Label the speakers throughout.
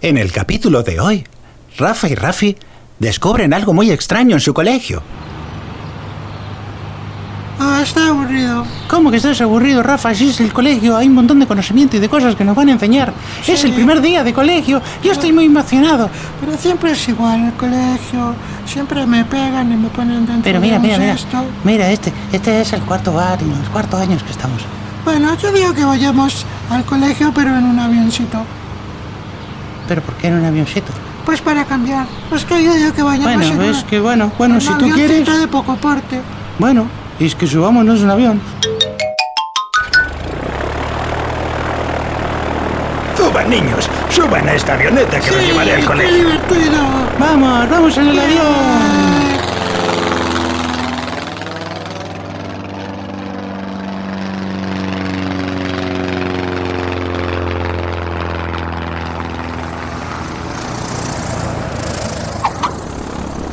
Speaker 1: En el capítulo de hoy, Rafa y Rafi descubren algo muy extraño en su colegio.
Speaker 2: Ah, está aburrido.
Speaker 1: ¿Cómo que estás aburrido, Rafa? Así es el colegio, hay un montón de conocimiento y de cosas que nos van a enseñar.
Speaker 2: Sí.
Speaker 1: Es el primer día de colegio, yo estoy muy emocionado.
Speaker 2: Pero siempre es igual el colegio. Siempre me pegan y me ponen dentro
Speaker 1: Pero mira,
Speaker 2: de un
Speaker 1: mira, mira.
Speaker 2: cesto.
Speaker 1: Mira, este, este es el cuarto año, el cuarto año que estamos.
Speaker 2: Bueno, yo digo que vayamos al colegio, pero en un avioncito.
Speaker 1: Pero ¿por qué en un avioncito?
Speaker 2: Pues para cambiar. Pues que yo digo que vayamos en
Speaker 1: Bueno,
Speaker 2: una-
Speaker 1: es que bueno, bueno,
Speaker 2: en
Speaker 1: si
Speaker 2: un
Speaker 1: tú quieres.
Speaker 2: avioncito de poco porte.
Speaker 1: Bueno, es que subámonos un avión.
Speaker 3: Suban, niños, suban a esta avioneta que los llevaré al
Speaker 2: qué
Speaker 3: colegio.
Speaker 2: divertido!
Speaker 1: Vamos, vamos en el avión.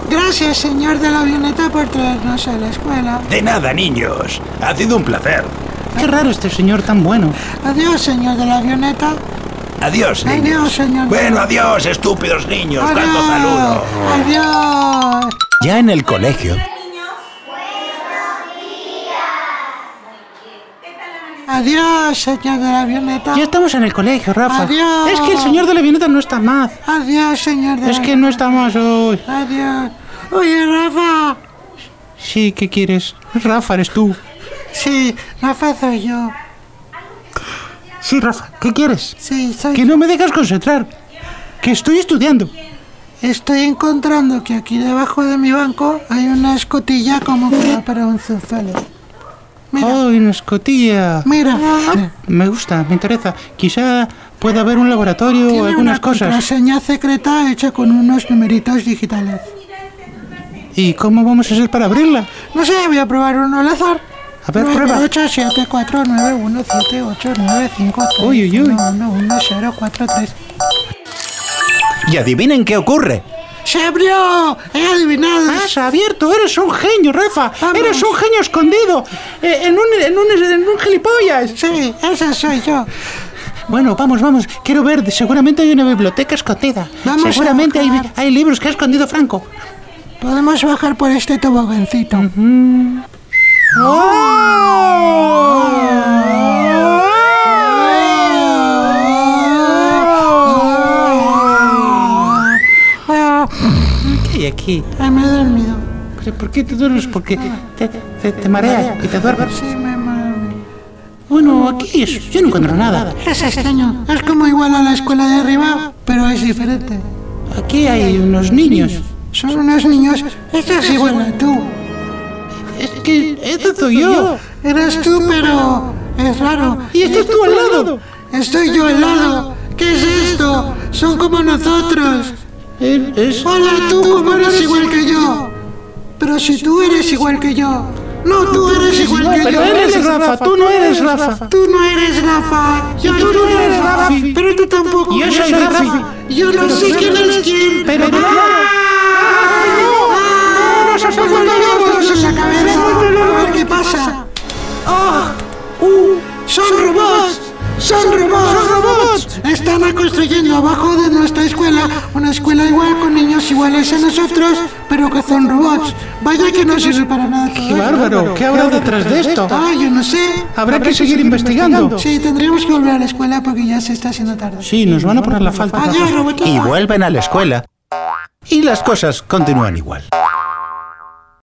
Speaker 2: Gracias, señor de la avioneta, por traernos a la escuela.
Speaker 3: De nada, niños. Ha sido un placer.
Speaker 1: Qué raro este señor tan bueno.
Speaker 2: Adiós, señor de la avioneta.
Speaker 3: Adiós, niños.
Speaker 2: Adiós, señor.
Speaker 3: Bueno, adiós, estúpidos niños. Cuánto
Speaker 2: Adiós.
Speaker 3: saludo.
Speaker 2: Adiós.
Speaker 1: Ya en el colegio,
Speaker 2: Adiós, señor de la avioneta.
Speaker 1: ya estamos en el colegio, Rafa.
Speaker 2: Adiós.
Speaker 1: Es que el señor de la avioneta no está más.
Speaker 2: Adiós, señor de
Speaker 1: Es
Speaker 2: la-
Speaker 1: que no está más hoy.
Speaker 2: Adiós. Oye, Rafa.
Speaker 1: Sí, ¿qué quieres? Rafa, eres tú.
Speaker 2: Sí, Rafa soy yo.
Speaker 1: Sí, Rafa, ¿qué quieres?
Speaker 2: Sí, soy
Speaker 1: Que no me dejas concentrar. Que estoy estudiando.
Speaker 2: Estoy encontrando que aquí debajo de mi banco hay una escotilla como que da para un zunzuelo. Mira,
Speaker 1: ¡Ay, una escotilla!
Speaker 2: mira.
Speaker 1: Me gusta, me interesa. Quizá pueda haber un laboratorio o
Speaker 2: Tiene
Speaker 1: algunas
Speaker 2: una
Speaker 1: cosas.
Speaker 2: contraseña secreta hecha con unos numeritos digitales.
Speaker 1: ¿Y cómo vamos a hacer para abrirla?
Speaker 2: No sé, voy a probar uno al azar.
Speaker 1: A ver, prueba.
Speaker 2: 8, 7, 4, 9, 1, 7, 8, 9, 5, 3,
Speaker 1: Uy, uy, uy.
Speaker 2: 1, 1, 1, 0, 4, 3.
Speaker 1: Y adivinen qué ocurre.
Speaker 2: ¡Se abrió! ¡He adivinado!
Speaker 1: Has abierto, eres un genio, Rafa.
Speaker 2: Pues- Vamos.
Speaker 1: Eres un genio escondido. eh, en, un, en, un, en un gilipollas.
Speaker 2: Sí, ese soy yo.
Speaker 1: Bueno, vamos, vamos. Quiero ver. Seguramente hay una biblioteca escondida.
Speaker 2: Vamos a
Speaker 1: Seguramente hay,
Speaker 2: buscar.
Speaker 1: hay libros que ha escondido Franco.
Speaker 2: Podemos bajar por este tobogancito. Ah,
Speaker 1: ¿Qué hay aquí?
Speaker 2: ay, me he dormido.
Speaker 1: Pero, ¿Por qué te duermes? Porque te, te, te mareas y te duermes.
Speaker 2: Sí, me he dormido.
Speaker 1: Bueno, aquí es. Yo no encuentro nada.
Speaker 2: Es extraño. Es como igual a la escuela de arriba, pero es diferente.
Speaker 1: Aquí hay unos niños.
Speaker 2: Son unos niños. Esto es igual a tú.
Speaker 1: Es que este soy yo.
Speaker 2: Eres tú, pero es raro.
Speaker 1: Y estás tú al lado.
Speaker 2: Estoy yo al lado. ¿Qué es esto? Son como nosotros.
Speaker 1: Eh, Es,
Speaker 2: Hola, tú como eres igual que yo. Pero si tú eres igual que yo. No, tú eres igual que
Speaker 1: pero
Speaker 2: yo.
Speaker 1: eres Rafa, tú no eres Rafa.
Speaker 2: Tú no eres Rafa. Yo
Speaker 1: tú no eres Rafi.
Speaker 2: Pero tú tampoco.
Speaker 1: Yo soy Rafi.
Speaker 2: Yo no sé quién es quién.
Speaker 1: Pero claro.
Speaker 2: ¡Ah!
Speaker 1: ¡Nos
Speaker 2: ¡Nos
Speaker 1: ha sacado
Speaker 2: sacado
Speaker 1: los
Speaker 2: los en la cabeza! A ver qué pasa. ¡Ah! ¡Uh! ¡Son robots! ¡Son robots! ¡Son robots! Están construyendo abajo de nuestra escuela una escuela igual con niños iguales a nosotros, pero que son robots. Vaya que no sirve para nada. todo
Speaker 1: ¡Qué bárbaro! ¿Qué habrá detrás de esto?
Speaker 2: esto. Ah, yo no sé.
Speaker 1: Habrá que seguir investigando.
Speaker 2: Sí, tendríamos que volver a la escuela porque ya se está haciendo tarde.
Speaker 1: Sí, nos van a poner la falta.
Speaker 2: Adiós, robotito.
Speaker 3: vuelven a la escuela. Y las cosas continúan igual.